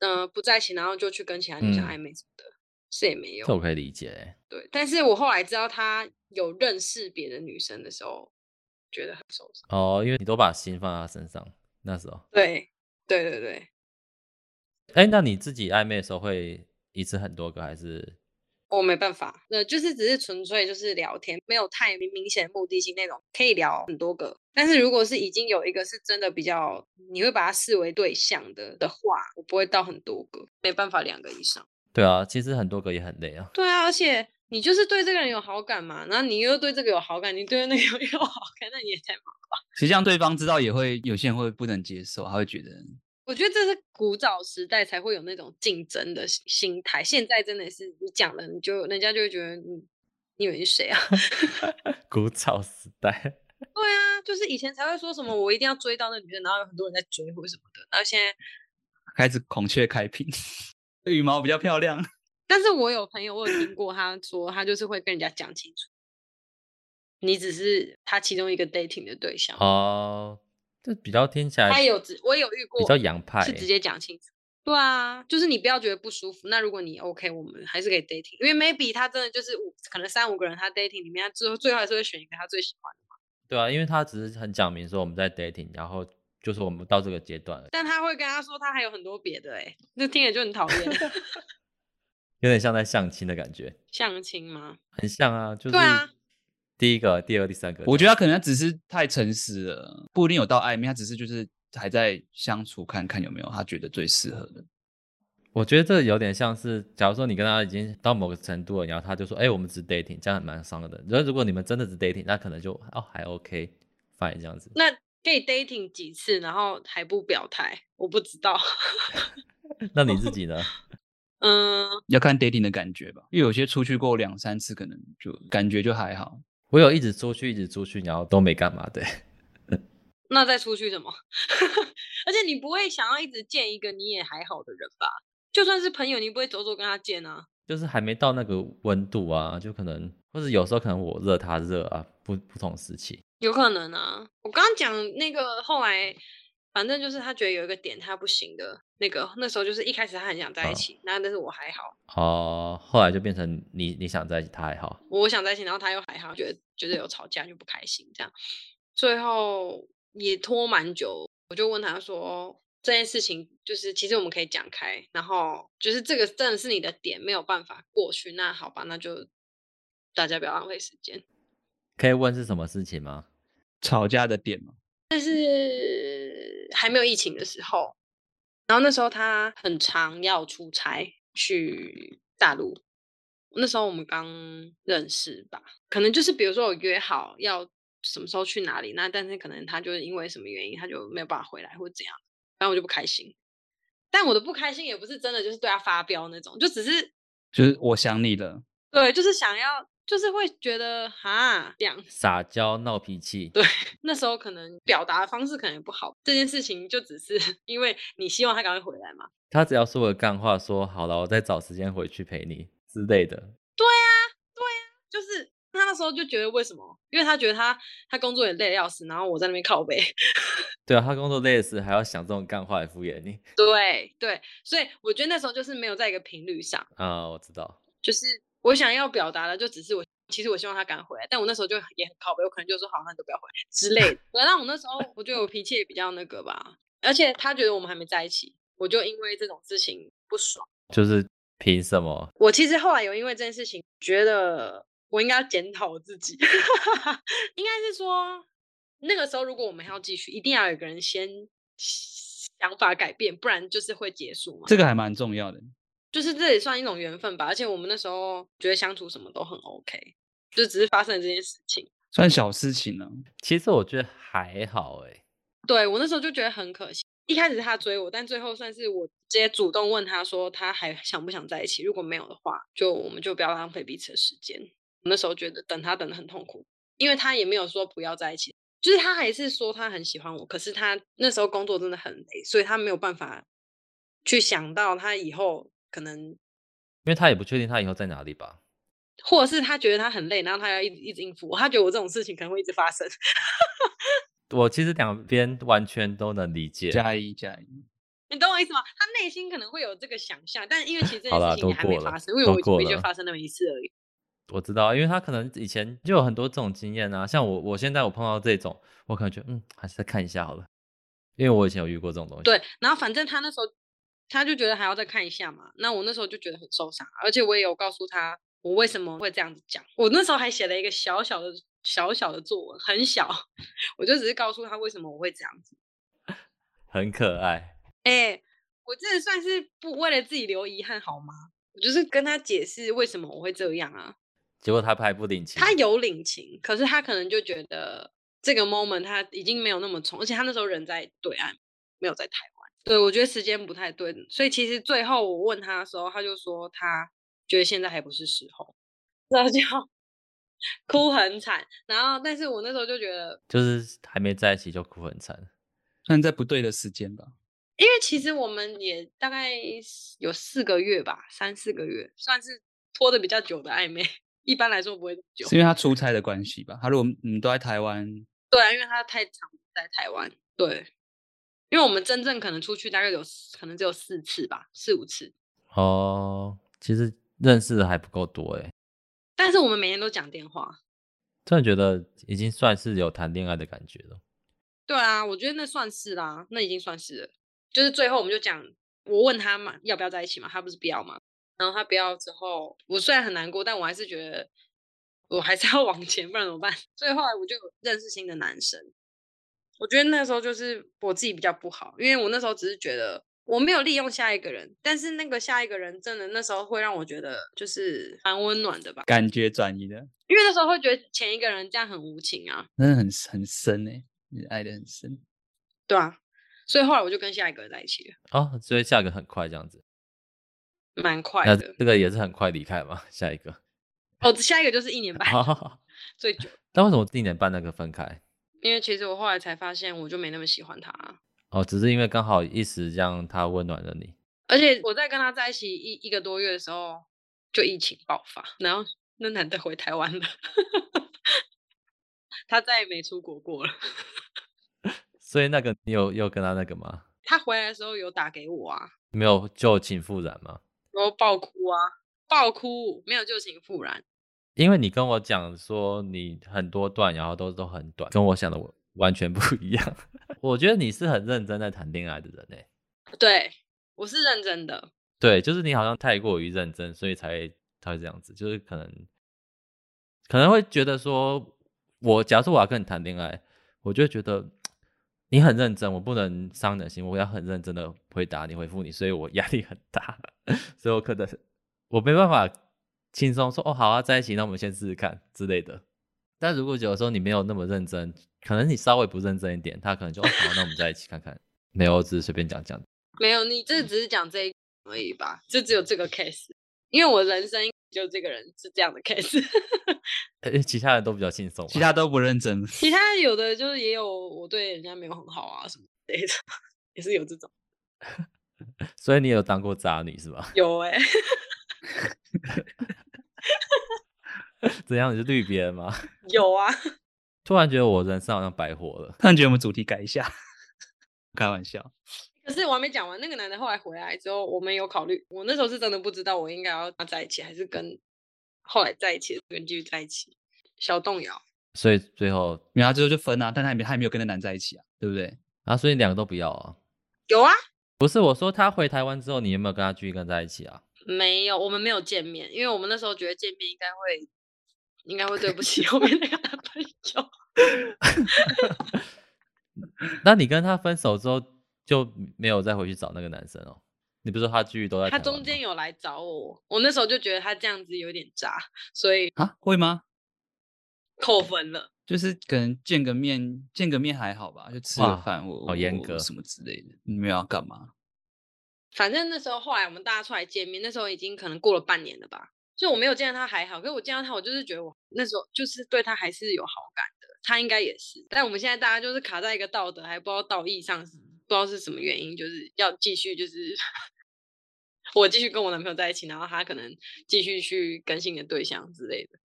Speaker 3: 呃，不在一起，然后就去跟其他女生
Speaker 2: 嗯
Speaker 3: 暧昧什么的，是也没有
Speaker 2: 这。我可以理解欸。
Speaker 3: 对，但是我后来知道他有认识别的女生的时候，觉得很受伤。
Speaker 2: 哦，因为你都把心放在他身上，那时候，
Speaker 3: 对，对对对，
Speaker 2: 哎、那你自己暧昧的时候会一次很多个，还是
Speaker 3: 我没办法，呃，就是只是纯粹就是聊天，没有太明明显的目的性那种，可以聊很多个。但是如果是已经有一个是真的比较，你会把它视为对象的的话，我不会到很多个，没办法两个以上。
Speaker 2: 对啊，其实很多个也很累啊。
Speaker 3: 对啊，而且你就是对这个人有好感嘛，然后你又对这个有好感，你对那个 有好感，那你也太忙。
Speaker 1: 其实让对方知道也会有些人会不能接受，他会觉得
Speaker 3: 我觉得这是古早时代才会有那种竞争的心心态，现在真的是你讲了，你就人家就会觉得你你以为你是谁啊？
Speaker 2: 古早时代，
Speaker 3: 对啊，就是以前才会说什么我一定要追到那女生，然后有很多人在追或什么的。然后现在，
Speaker 1: 开始孔雀开屏， 羽毛比较漂亮。
Speaker 3: 但是我有朋友，我有听过他说，他就是会跟人家讲清楚，你只是他其中一个 dating 的对象。
Speaker 2: 哦，这比较听起来
Speaker 3: 他有直，我有遇过，
Speaker 2: 比较洋派欸，
Speaker 3: 是直接讲清楚。对啊，就是你不要觉得不舒服。那如果你 OK，我们还是可以 dating，因为 maybe 他真的就是五，可能三五个人，他 dating 里面，他最后最后还是会选一个他最喜欢的，
Speaker 2: 对啊，因为他只是很讲明说我们在 dating，然后就是我们到这个阶段了，
Speaker 3: 但他会跟他说他还有很多别的、欸，哎，那听着就很讨厌。
Speaker 2: 有点像在相亲的感觉，
Speaker 3: 相亲吗？
Speaker 2: 很像啊，就是
Speaker 3: 对啊
Speaker 2: 第一个、第二、第三个这样，
Speaker 1: 我觉得他可能只是太诚实了，不一定有到暧昧，他只是就是还在相处看看有没有他觉得最适合的。
Speaker 2: 我觉得这有点像是，假如说你跟他已经到某个程度了，然后他就说：“哎、我们只 dating，这样很蛮伤的。”然后如果你们真的只 dating，那可能就哦还 OK fine 这样子。
Speaker 3: 那可以 dating 几次，然后还不表态，我不知道。
Speaker 2: 那你自己呢？
Speaker 3: 嗯，
Speaker 1: 要看 dating 的感觉吧，因为有些出去过两三次，可能就感觉就还好。
Speaker 2: 我有一直出去，一直出去，然后都没干嘛对，
Speaker 3: 那再出去什么？ 而且你不会想要一直见一个你也还好的人吧？就算是朋友，你不会走走跟他见啊？
Speaker 2: 就是还没到那个温度啊，就可能或者有时候可能我热他热啊，不不同时期。
Speaker 3: 有可能啊。我刚刚讲那个后来，反正就是他觉得有一个点他不行的那个，那时候就是一开始他很想在
Speaker 2: 啊
Speaker 3: 一起，那但是我还好，
Speaker 2: 哦，后来就变成你你想在一起，他还好。
Speaker 3: 我想在一起，然后他又还好，觉得觉得有吵架就不开心这样，最后也拖蛮久，我就问他说这件事情就是其实我们可以讲开，然后就是这个真的是你的点没有办法过去，那好吧，那就大家不要浪费时间。
Speaker 2: 可以问是什么事情吗？
Speaker 1: 吵架的点嘛，
Speaker 3: 但是还没有疫情的时候，然后那时候他很常要出差去大陆，那时候我们刚认识吧，可能就是比如说我约好要什么时候去哪里，那但是可能他就是因为什么原因他就没有办法回来或怎样，反正我就不开心。但我的不开心也不是真的就是对他发飙那种，就只是
Speaker 1: 就是我想你了，
Speaker 3: 对，就是想要，就是会觉得哈这样
Speaker 2: 撒娇闹脾气，
Speaker 3: 对那时候可能表达的方式可能也不好，这件事情就只是 因为你希望他赶快回来嘛。
Speaker 2: 他只要说个干话，说好了，我再找时间回去陪你之类的。
Speaker 3: 就是他那时候就觉得为什么？因为他觉得他他工作也累得要死，然后我在那边靠背。
Speaker 2: 对啊，他工作累死，还要想这种干话来敷衍你
Speaker 3: 对对，所以我觉得那时候就是没有在一个频率上，
Speaker 2: 啊、我知道，
Speaker 3: 就是我想要表达的就只是我。其实我希望他赶快回来，但我那时候就也很靠背，我可能就说好，那你就不要回来之类的。 对，那我那时候我觉得我脾气也比较那个吧，而且他觉得我们还没在一起，我就因为这种事情不爽。
Speaker 2: 就是凭什么？
Speaker 3: 我其实后来有因为这件事情，觉得我应该要检讨我自己， 应该是说那个时候如果我们还要继续，一定要有一个人先想法改变，不然就是会结束嘛。
Speaker 1: 这个还蛮重要的。
Speaker 3: 就是这也算一种缘分吧，而且我们那时候觉得相处什么都很 OK，就只是发生了这件事情。
Speaker 1: 算小事情了、
Speaker 2: 其实我觉得还好欸诶、
Speaker 3: 对我那时候就觉得很可惜。一开始是他追我，但最后算是我直接主动问他说他还想不想在一起，如果没有的话，就我们就不要浪费彼此的时间。我那时候觉得等他等的很痛苦，因为他也没有说不要在一起，就是他还是说他很喜欢我，可是他那时候工作真的很累，所以他没有办法去想到他以后可能，
Speaker 2: 因为他也不确定他以后在哪里吧。
Speaker 3: 或者是他觉得他很累，然后他要一直一直应付我，他觉得我这种事情可能会一直发生。
Speaker 2: 我其实两边完全都能理解。
Speaker 1: 加一加一，
Speaker 3: 你懂我意思吗？他内心可能会有这个想象，但因为其实这
Speaker 2: 好
Speaker 3: 件
Speaker 2: 啦
Speaker 3: 事情
Speaker 2: 都
Speaker 3: 也还没
Speaker 2: 过了
Speaker 3: 发生，因为
Speaker 2: 都
Speaker 3: 我
Speaker 2: 过
Speaker 3: 我也就
Speaker 2: 了
Speaker 3: 发生那么一次而已。
Speaker 2: 我知道，因为他可能以前就有很多这种经验啊。像我，我现在我碰到这种，我可能觉得嗯，还是再看一下好了，因为我以前有遇过这种东西。
Speaker 3: 对，然后反正他那时候他就觉得还要再看一下嘛，那我那时候就觉得很受伤，而且我也有告诉他我为什么会这样子讲，我那时候还写了一个小小的小小的作文，很小， 我就只是告诉他为什么我会这样子。
Speaker 2: 很可爱。
Speaker 3: 哎、我真的算是不为了自己留遗憾好吗？我就是跟他解释为什么我会这样啊，
Speaker 2: 结果他还不领情。
Speaker 3: 他有领情，可是他可能就觉得这个 moment 他已经没有那么冲，而且他那时候人在对岸，没有在台湾。对，我觉得时间不太对，所以其实最后我问他的时候，他就说他觉得现在还不是时候，那就 哭很惨。然后，但是我那时候就觉得，
Speaker 2: 就是还没在一起就哭很惨。
Speaker 1: 算在不对的时间吧。
Speaker 3: 因为其实我们也大概是有四个月吧，三四个月，算是拖的比较久的暧昧。 一般来说不会久
Speaker 1: 是，因为他出差的关系吧？他如果你们都在台湾，
Speaker 3: 对啊，因为他太常在台湾。对，因为我们真正可能出去大概有四可能只有四次吧，四五次。
Speaker 2: 哦，其实认识的还不够多诶，
Speaker 3: 但是我们每天都讲电话。
Speaker 2: 真的觉得已经算是有谈恋爱的感觉了。
Speaker 3: 对啊，我觉得那算是啦，那已经算是了。就是最后我们就讲，我问他嘛要不要在一起嘛，他不是不要嘛，然后他不要之后，我虽然很难过，但我还是觉得我还是要往前，不然怎么办？ 所以后来我就有认识新的男生。我觉得那时候就是我自己比较不好，因为我那时候只是觉得我没有利用下一个人，但是那个下一个人真的那时候会让我觉得就是蛮温暖的吧，
Speaker 1: 感觉转移的，
Speaker 3: 因为那时候会觉得前一个人这样很无情啊，
Speaker 1: 真的很很深哎、你爱的很深。
Speaker 3: 对啊，所以后来我就跟下一个人在一起了，
Speaker 2: 哦，所以下一个很快这样子，
Speaker 3: 蛮快
Speaker 2: 那
Speaker 3: 的。
Speaker 2: 这个也是很快离开嘛，下一个。
Speaker 3: 哦，下一个就是一年半最久，
Speaker 2: 但为什么一年半 那个分开？
Speaker 3: 因为其实我后来才发现我就没那么喜欢他啊、
Speaker 2: 哦，只是因为刚好一时让他温暖了你。
Speaker 3: 而且我在跟他在一起一一个多月的时候，就疫情爆发，然后那男的回台湾了，他再也没出国过了。
Speaker 2: 所以那个你有有跟他那个吗？
Speaker 3: 他回来的时候有打给我啊，
Speaker 2: 没有旧情复燃吗？
Speaker 3: 然后爆哭啊，爆哭，没有旧情复燃。
Speaker 2: 因为你跟我讲说你很多段，然后都都很短，跟我想的我完全不一样。 我觉得你是很认真在谈恋爱的人欸诶。
Speaker 3: 对，我是认真的，
Speaker 2: 对，就是你好像太过于认真，所以才会才会这样子，就是可能可能会觉得说，我假如说我要跟你谈恋爱，我就会觉得你很认真，我不能伤你的心，我要很认真的回答你、回复你，所以我压力很大， 所以我可能我没办法轻松说哦，好啊，在一起，那我们先试试看之类的。但如果有时候你没有那么认真，可能你稍微不认真一点，他可能就哦好，那我们在一起看看。没有，我只是随便讲讲。
Speaker 3: 没有，你这只是讲这一个而已吧，就只有这个 case，因为我人生就这个人是这样的 case，
Speaker 2: 诶其他人都比较轻松吧，
Speaker 1: 其他都不认真，
Speaker 3: 其他有的就是也有我对人家没有很好啊什么之类的，也是有这种。
Speaker 2: 所以你有当过渣女是吧？
Speaker 3: 有哎、
Speaker 2: 怎样你就绿别人吗？
Speaker 3: 有啊，
Speaker 2: 突然觉得我人生好像白活了。
Speaker 1: 突然觉得我们主题改一下， 开玩笑，
Speaker 3: 可是我还没讲完。那个男的后来回来之后，我们有考虑，我那时候是真的不知道我应该要跟他在一起，还是跟后来在一起，跟继续在一起，小动摇。
Speaker 2: 所以最后
Speaker 1: 然后最后就分啊，但他也没他也没有跟那男在一起啊，对不对？
Speaker 2: 啊，所以两个都不要啊？
Speaker 3: 有啊，
Speaker 2: 不是，我说他回台湾之后，你有没有跟他继续跟在一起啊？
Speaker 3: 没有，我们没有见面，因为我们那时候觉得见面应该会，应该会对不起后 面那个男朋友。
Speaker 2: 那你跟他分手之后就没有再回去找那个男生哦？你不是说他继续都在
Speaker 3: 他
Speaker 2: 台湾
Speaker 3: 中间
Speaker 2: 吗
Speaker 3: 有来找我，我那时候就觉得他这样子有点渣，所以
Speaker 1: 啊，会吗？
Speaker 3: 扣分了。
Speaker 1: 就是可能见个面，见个面还好吧，就吃
Speaker 2: 哇
Speaker 1: 个饭，我
Speaker 2: 好严
Speaker 1: 我
Speaker 2: 格
Speaker 1: 什么之类的，你们要干嘛？
Speaker 3: 反正那时候后来我们大家出来见面，那时候已经可能过了半年了吧。就我没有见到他还好，可是我见到他，我就是觉得我那时候就是对他还是有好感的，他应该也是。但我们现在大家就是卡在一个道德，还不知道道义上是不知道是什么原因，就是要继续就是 我继续跟我男朋友在一起，然后他可能继续去跟新的对象之类的。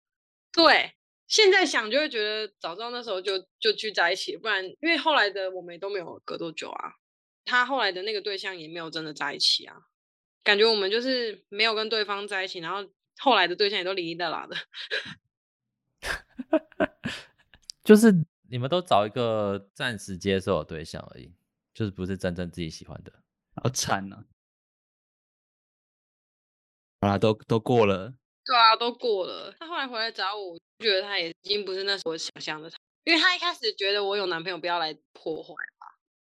Speaker 3: 对，现在想就会觉得早知道那时候就就去在一起，不然因为后来的我们也都没有隔多久啊，他后来的那个对象也没有真的在一起啊，感觉我们就是没有跟对方在一起，然后后来的对象也都离离的啦的。
Speaker 2: 就是你们都找一个暂时接受的对象而已，就是不是真正自己喜欢的。
Speaker 1: 好惨啊！好啦，都都过了，
Speaker 3: 对啊，都过了。他后来回来找我，我就觉得他也已经不是那时候我想象的他，因为他一开始觉得我有男朋友不要来破坏，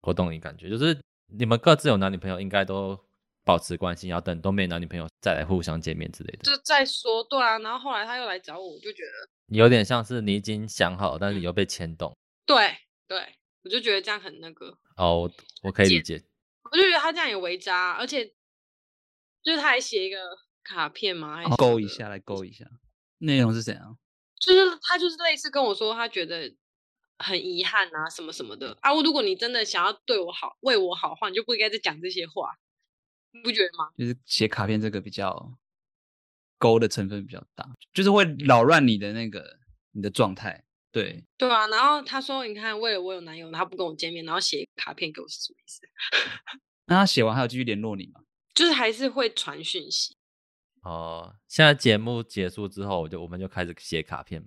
Speaker 2: 我懂你感觉，就是你们各自有男女朋友，应该都保持关系，然后等都没男女朋友再来互相见面之类的。
Speaker 3: 就再说对啊。然后后来他又来找我，我就觉得
Speaker 2: 有点像是你已经想好，
Speaker 3: 嗯
Speaker 2: 但是你又被牵动。
Speaker 3: 对对，我就觉得这样很那个，
Speaker 2: 哦，我我可以理解。
Speaker 3: 我就觉得他这样也为渣，啊而且就是他还写一个卡片嘛，还是什么
Speaker 1: 哦勾一
Speaker 3: 的
Speaker 1: 下来勾一下，内容是怎样？
Speaker 3: 就是他就是类似跟我说，他觉得很遗憾啊，什么什么的啊。我如果你真的想要对我好，为我好的话，你就不应该再讲这些话，你不觉得吗？
Speaker 1: 就是写卡片这个比较勾的成分比较大，就是会扰乱你的那个你的状态。对，
Speaker 3: 对啊。然后他说，你看，为了我有男友，然后不跟我见面，然后写一个卡片给我是什么意思？
Speaker 1: 那他写完还有继续联络你吗？
Speaker 3: 就是还是会传讯息。
Speaker 2: 哦，现在节目结束之后，我就我们就开始写卡片。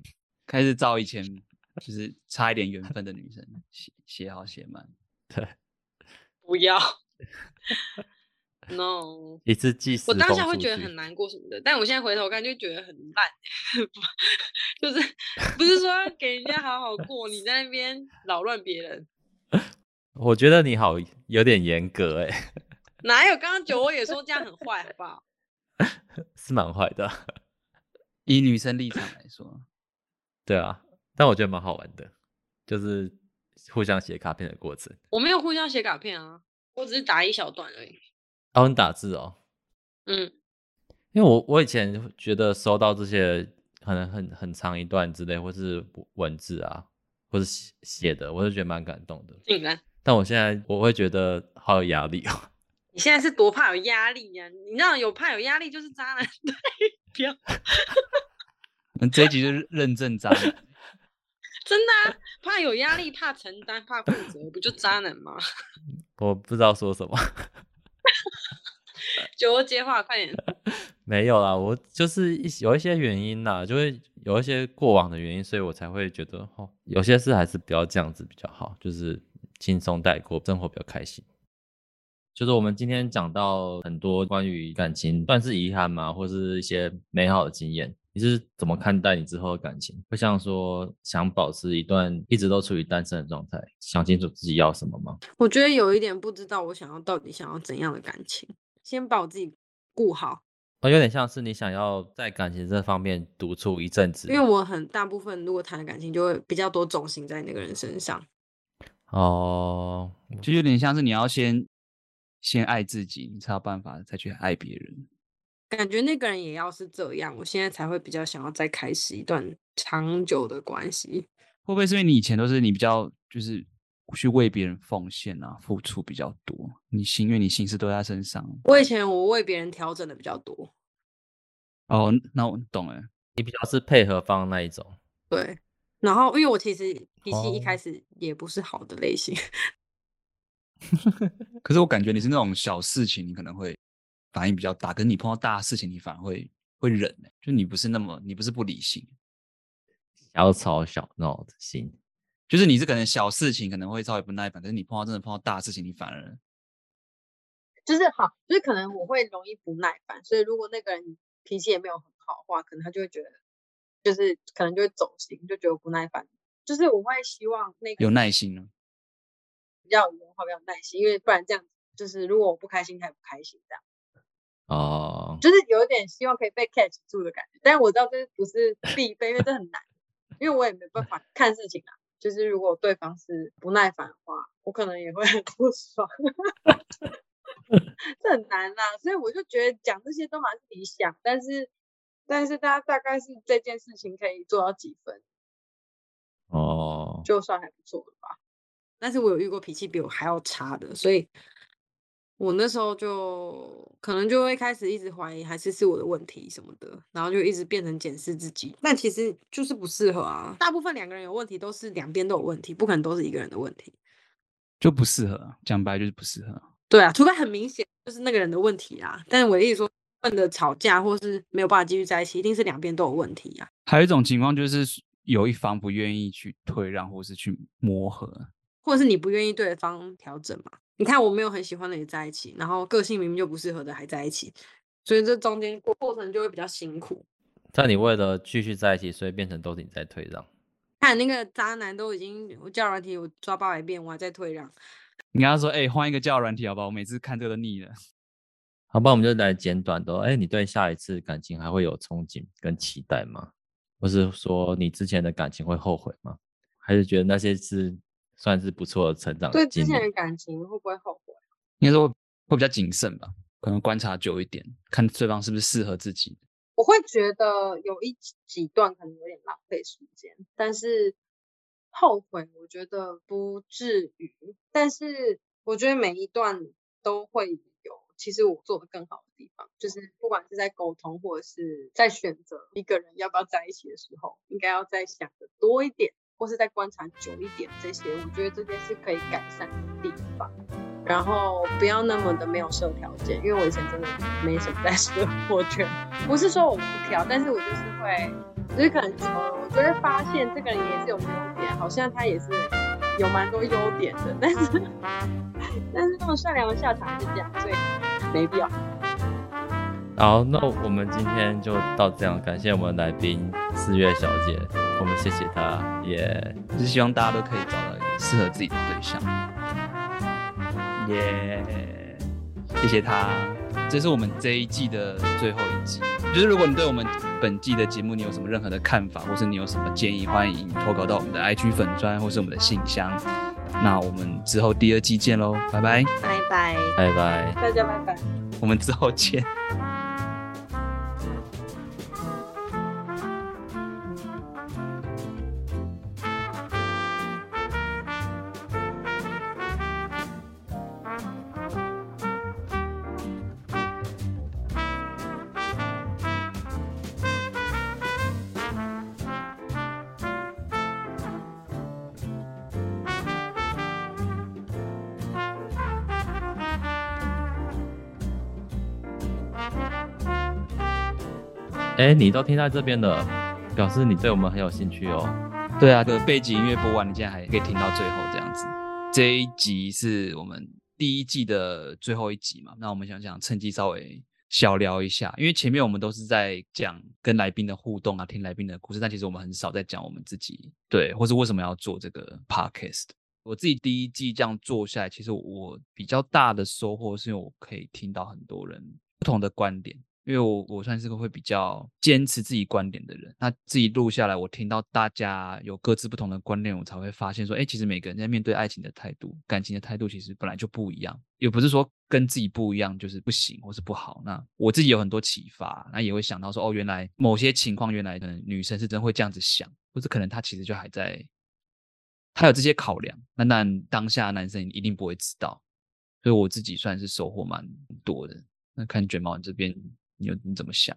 Speaker 1: 开始找以前就是差一点缘分的女生，写写好写满，
Speaker 3: 不要 ，no。
Speaker 2: 一次寄
Speaker 3: 我
Speaker 2: 10
Speaker 3: 当
Speaker 2: 封
Speaker 3: 下会
Speaker 2: 出
Speaker 3: 觉得
Speaker 2: 去
Speaker 3: 很难过什么的，但我现在回头看就觉得很烂， 就是 不是说要给人家好好过，你在那边扰乱别人，
Speaker 2: 我觉得你好有点严格哎、
Speaker 3: 哪有？刚刚酒窝也说这样很坏，好不好？
Speaker 2: 是蛮坏的，
Speaker 1: 以女生立场来说，
Speaker 2: 对啊，但我觉得蛮好玩的，就是互相写卡片的过程。
Speaker 3: 我没有互相写卡片啊，我只是打一小段而已。
Speaker 2: 哦，你打字哦，
Speaker 3: 嗯，
Speaker 2: 因为我我以前觉得收到这些可能很很长一段之类，或是文字啊，或是写写的，我就觉得蛮感动的。
Speaker 3: 竟然
Speaker 2: 但我现在我会觉得好有压力哦。
Speaker 3: 你现在是多怕有压力呀、你知道有怕有压力就是渣男， 对，不要
Speaker 1: 我们这一集就是认证渣男。
Speaker 3: 真的啊，怕有压力，怕承担，怕负责，不就渣男吗？
Speaker 2: 我不知道说什么，
Speaker 3: 酒窝接话，快点。
Speaker 2: 没有啦，我就是一有一些原因啦，就会有一些过往的原因，所以我才会觉得哦，有些事还是不要这样子比较好，就是轻松带过，生活比较开心。就是我们今天讲到很多关于感情，算是遗憾嘛，或是一些美好的经验。你是怎么看待你之后的感情？会像说想保持一段一直都处于单身的状态，想清楚自己要什么吗？
Speaker 3: 我觉得有一点不知道我想要到底想要怎样的感情，先把我自己顾好，
Speaker 2: 哦，有点像是你想要在感情这方面独处一阵子，
Speaker 3: 因为我很大部分如果谈感情，就会比较多重心在那个人身上。
Speaker 2: 哦，
Speaker 1: 就有点像是你要先先爱自己，你才有办法再去爱别人。
Speaker 3: 感觉那个人也要是这样，我现在才会比较想要再开始一段长久的关系。
Speaker 1: 会不会是因为你以前都是你比较就是去为别人奉献啊，付出比较多，你心因为你心思都在他身上。
Speaker 3: 我以前我为别人调整的比较多，
Speaker 1: 哦，那我懂了。
Speaker 2: 你比较是配合方那一种，
Speaker 3: 对。然后，因为我其实脾气一
Speaker 2: 哦
Speaker 3: 开始也不是好的类型，
Speaker 1: 可是我感觉你是那种小事情你可能会反应比较大，可是你碰到大事情你反而会会忍、欸，就你不是那么你不是不理性，
Speaker 2: 小吵小闹的心。
Speaker 1: 就是你是可能小事情可能会稍微不耐烦，可是你碰到真的碰到大事情你反而
Speaker 3: 就是好，就是可能我会容易不耐烦，所以如果那个人脾气也没有很好的话，可能他就会觉得，就是可能就会走心，就觉得我不耐烦。就是我会希望那个
Speaker 1: 有耐心了。
Speaker 3: 比较有文化，比较有耐心，因为不然这样子，就是如果我不开心，他也不开心，这样
Speaker 2: 哦，
Speaker 3: 就是有一点希望可以被 catch 住的感觉。但是我知道这不是必备，因为这很难，因为我也没办法看事情啊。就是如果对方是不耐烦的话，我可能也会很不爽， 这很难啦、所以我就觉得讲这些都蛮理想，但是但是大家大概是这件事情可以做到几分，
Speaker 2: 哦，
Speaker 3: 就算还不错了吧。但是我有遇过脾气比我还要差的，所以我那时候就可能就会开始一直怀疑，还是是我的问题什么的，然后就一直变成检视自己。但其实就是不适合啊。大部分两个人有问题都是两边都有问题，不可能都是一个人的问题。
Speaker 1: 就不适合啊，讲白就是不适合。
Speaker 3: 对啊，除非很明显就是那个人的问题啦。但是我的意思说，问的吵架或是没有办法继续在一起，一定是两边都有问题啊呀、
Speaker 1: 还有一种情况就是有一方不愿意去退让，或是去磨合。啊
Speaker 3: 或者是你不愿意对方调整嘛。你看，我没有很喜欢的也在一起，然后个性明明就不适合的还在一起，所以这中间过过程就会比较辛苦。
Speaker 2: 但你为了继续在一起，所以变成都是你在退让。
Speaker 3: 看那个渣男都已经我叫软体我抓八百遍，我还在退让。
Speaker 1: 你跟他说：“哎、换一个教软体好不好？我每次看这个都腻了。
Speaker 2: 好吧，我们就来简短的哦。哎，你对下一次感情还会有憧憬跟期待吗？或是说你之前的感情会后悔吗？还是觉得那些是算是不错的成长
Speaker 3: 对
Speaker 2: 经
Speaker 3: 之
Speaker 2: 历
Speaker 3: 前？的感情会不会后悔？”
Speaker 1: 应该说会比较谨慎吧，可能观察久一点，看对方是不是适合自己。
Speaker 3: 我会觉得有一几几段可能有点浪费时间，但是后悔我觉得不至于。但是我觉得每一段都会有，其实我做的更好的地方，就是不管是在沟通或者是在选择一个人要不要在一起的时候，应该要再想的多一点，或是再观察久一点这些，我觉得这些是可以改善的地方。然后不要那么的没有设条件，因为我以前真的没什么在 设，我觉得。不是说我不挑，但是我就是会，就是可能久了，我就会发现这个人也是有优点，好像他也是有蛮多优点的，但是嗯 但是那么善良的下场是这样，所以没必要。
Speaker 2: 好，那我们今天就到这样，感谢我们来宾四月小姐，我们谢谢她，耶、
Speaker 1: 就是希望大家都可以找到一个适合自己的对象。耶、谢谢他。这是我们这一季的最后一集，就是如果你对我们本季的节目你有什么任何的看法，或是你有什么建议，欢迎投稿到我们的 IG 粉砖或是我们的信箱。那我们之后第二季见喽，拜拜，
Speaker 3: 拜拜，
Speaker 2: 拜拜。
Speaker 3: 大家拜拜。
Speaker 1: 我们之后见。
Speaker 2: 哎，你都听到这边了，表示你对我们很有兴趣哦。
Speaker 1: 对啊，的背景音乐播完，你竟然还可以听到最后这样子。这一集是我们第一季的最后一集嘛？那我们想想，趁机稍微小聊一下，因为前面我们都是在讲跟来宾的互动啊，听来宾的故事，但其实我们很少在讲我们自己对，或是为什么要做这个 podcast。我自己第一季这样做下来，其实我比较大的收获是因为我可以听到很多人不同的观点，因为我我算是个会比较坚持自己观点的人。那自己录下来，我听到大家有各自不同的观点，我才会发现说，哎，其实每个人在面对爱情的态度、感情的态度，其实本来就不一样，也不是说跟自己不一样就是不行或是不好。那我自己有很多启发，那也会想到说，哦，原来某些情况，原来可能女生是真会这样子想，或者可能她其实就还在他有这些考量，那然当下男生一定不会知道，所以我自己算是收获蛮多的。那看卷毛你这边，你有你怎么想？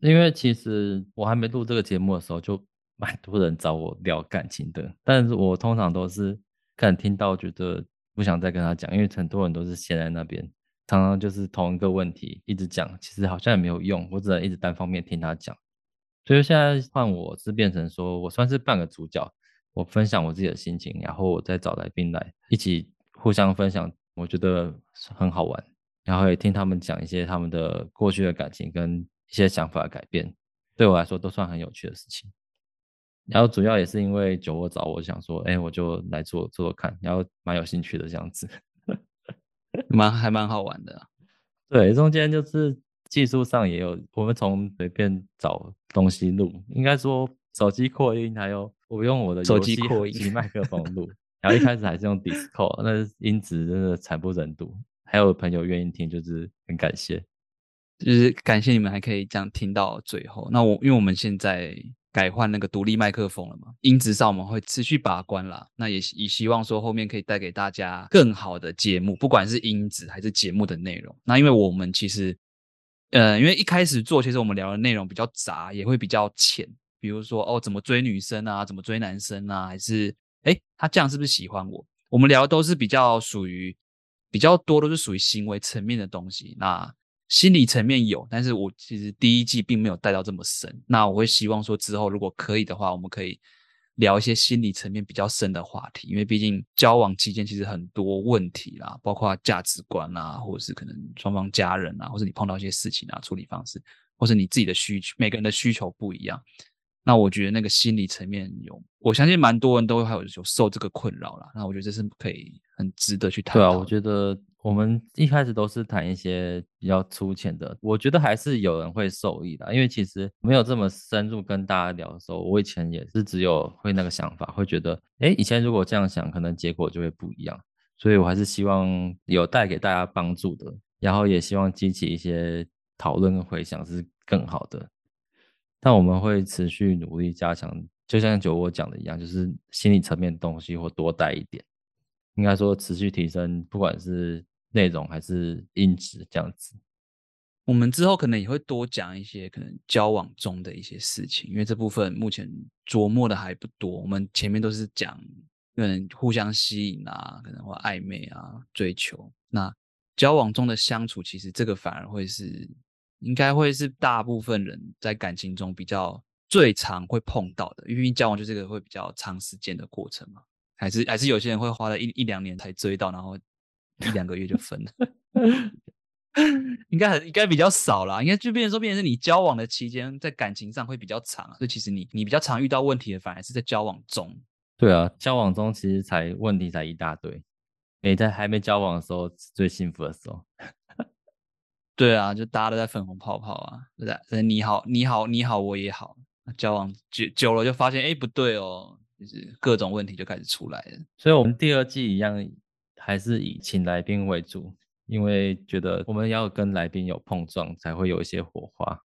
Speaker 2: 因为其实我还没录这个节目的时候，就 蛮多人找我聊感情的，但是我通常都是可能听到觉得不想再跟他讲，因为很多人都是闲在那边，常常就是同一个问题一直讲，其实好像也没有用，我只能一直单方面听他讲。所以现在换我是变成说我算是半个主角，我分享我自己的心情，然后我再找来宾来一起互相分享，我觉得很好玩。然后也听他们讲一些他们的过去的感情跟一些想法的改变，对我来说都算很有趣的事情。然后主要也是因为酒窝找我，想说，哎，我就来做做做看，然后蛮有兴趣的这样子。
Speaker 1: 蛮还蛮好玩的啊、
Speaker 2: 对，中间就是技术上也有，我们从随便找东西录，应该说手机扩音，还有我用我的
Speaker 1: 手
Speaker 2: 游
Speaker 1: 机
Speaker 2: 戏
Speaker 1: 扩
Speaker 2: 合
Speaker 1: 音
Speaker 2: 集麦 克风录，然后一开始还是用 Discord，那音质真的惨不忍睹。还有朋友愿意听，就是很感谢。
Speaker 1: 就是感谢你们还可以这样听到最后。那我因为我们现在改换那个独立麦克风了嘛，音质上我们会持续把关啦。那也希也希望说后面可以带给大家更好的节目，不管是音质还是节目的内容。那因为我们其实，呃，因为一开始做，其实我们聊的内容比较杂，也会比较浅，比如说哦，怎么追女生啊，怎么追男生啊，还是诶，他这样是不是喜欢我？我们聊的都是比较属于比较多都是属于行为层面的东西。那心理层面有，但是我其实第一季并没有带到这么深。那我会希望说之后如果可以的话，我们可以聊一些心理层面比较深的话题，因为毕竟交往期间其实很多问题啦，包括价值观啦，或者是可能双方家人啊，或者你碰到一些事情啊，处理方式，或是你自己的需求，每个人的需求不一样。那我觉得那个心理层面有，我相信蛮多人都会还有有受这个困扰啦。那我觉得这是可以很值得去探
Speaker 2: 对啊，
Speaker 1: 讨
Speaker 2: 我觉得我们一开始都是谈一些比较粗浅的，我觉得还是有人会受益的，因为其实没有这么深入跟大家聊的时候，我以前也是只有会那个想法，会觉得，哎，以前如果这样想，可能结果就会不一样，所以我还是希望有带给大家帮助的，然后也希望激起一些讨论跟回想是更好的。但我们会持续努力加强，就像九我讲的一样，就是心理层面的东西或多带一点。应该说持续提升，不管是内容还是音质这样子。
Speaker 1: 我们之后可能也会多讲一些可能交往中的一些事情，因为这部分目前琢磨的还不多。我们前面都是讲可能互相吸引啊，可能或暧昧啊、追求。那交往中的相处，其实这个反而会是，应该会是大部分人在感情中比较最常会碰到的，因为交往就是个会比较长时间的过程嘛。还是还是有些人会花了一一两年才追到，然后一两个月就分了。应该很应该比较少啦，应该就变成说，变成是你交往的期间，在感情上会比较长啊，所以其实你你比较常遇到问题的，反而是在交往中。
Speaker 2: 对啊，交往中其实才问题才一大堆，没在还没交往的时候是最幸福的时候。
Speaker 1: 对啊，就大家都在粉红泡泡啊，对在在你好你好你好我也好，交往久久了就发现哎不对哦，就是各种问题就开始出来了。
Speaker 2: 所以，我们第二季一样还是以请来宾为主，因为觉得我们要跟来宾有碰撞，才会有一些火花。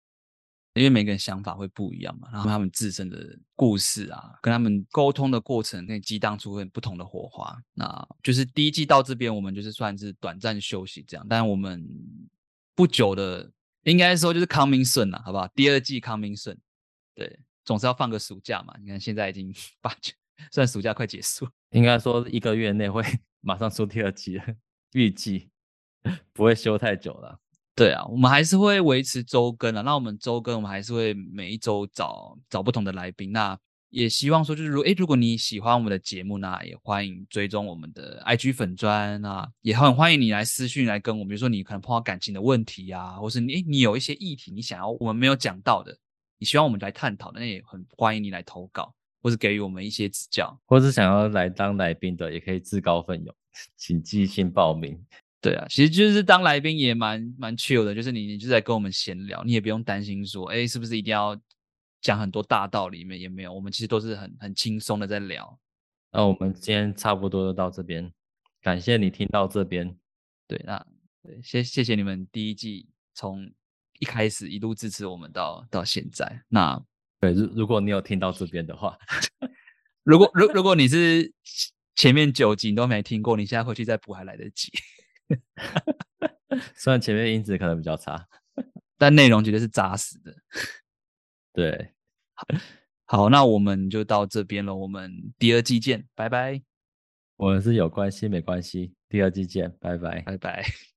Speaker 1: 因为每个人想法会不一样嘛，然后他们自身的故事啊，跟他们沟通的过程，可以激荡出很不同的火花。那就是第一季到这边，我们就是算是短暂休息这样，但我们不久的，应该说就是 coming soon 了，好不好？第二季 coming soon，对，总是要放个暑假嘛。你看现在已经 八九，算暑假快结束了，
Speaker 2: 应该说一个月内会 马上出第二季了，预计不会休太久了。
Speaker 1: 对啊，我们还是会维持周更啊。那我们周更，我们还是会每一周找找不同的来宾。那也希望说，就是如诶，如果你喜欢我们的节目，那也欢迎追踪我们的 IG 粉砖啊，也很欢迎你来私讯来跟我们，比如说你可能碰到感情的问题啊，或是你诶你有一些议题你想要我们没有讲到的，你希望我们来探讨的，那也很欢迎你来投稿，或是给予我们一些指教。
Speaker 2: 或是想要来当来宾的，也可以自告奋勇，请寄信报名。
Speaker 1: 对啊，其实就是当来宾也蛮蛮 chill 的，就是你你就在跟我们闲聊，你也不用担心说，哎，是不是一定要讲很多大道理？没也没有，我们其实都是很很轻松的在聊。
Speaker 2: 那我们今天差不多就到这边，感谢你听到这边，
Speaker 1: 对，那对，谢谢谢你们第一季从一开始一路支持我们到到现在。那
Speaker 2: 对，如如果你有听到这边的话，
Speaker 1: 如果如如果你是前面九集你都没听过，你现在回去再补还来得及，
Speaker 2: 虽然前面音质可能比较差，
Speaker 1: 但内容绝对是扎实的。
Speaker 2: 对，
Speaker 1: 好，那我们就到这边了，我们第二季见，拜拜，
Speaker 2: 我们是有关系没关系，第二季见，拜拜。
Speaker 1: 拜拜。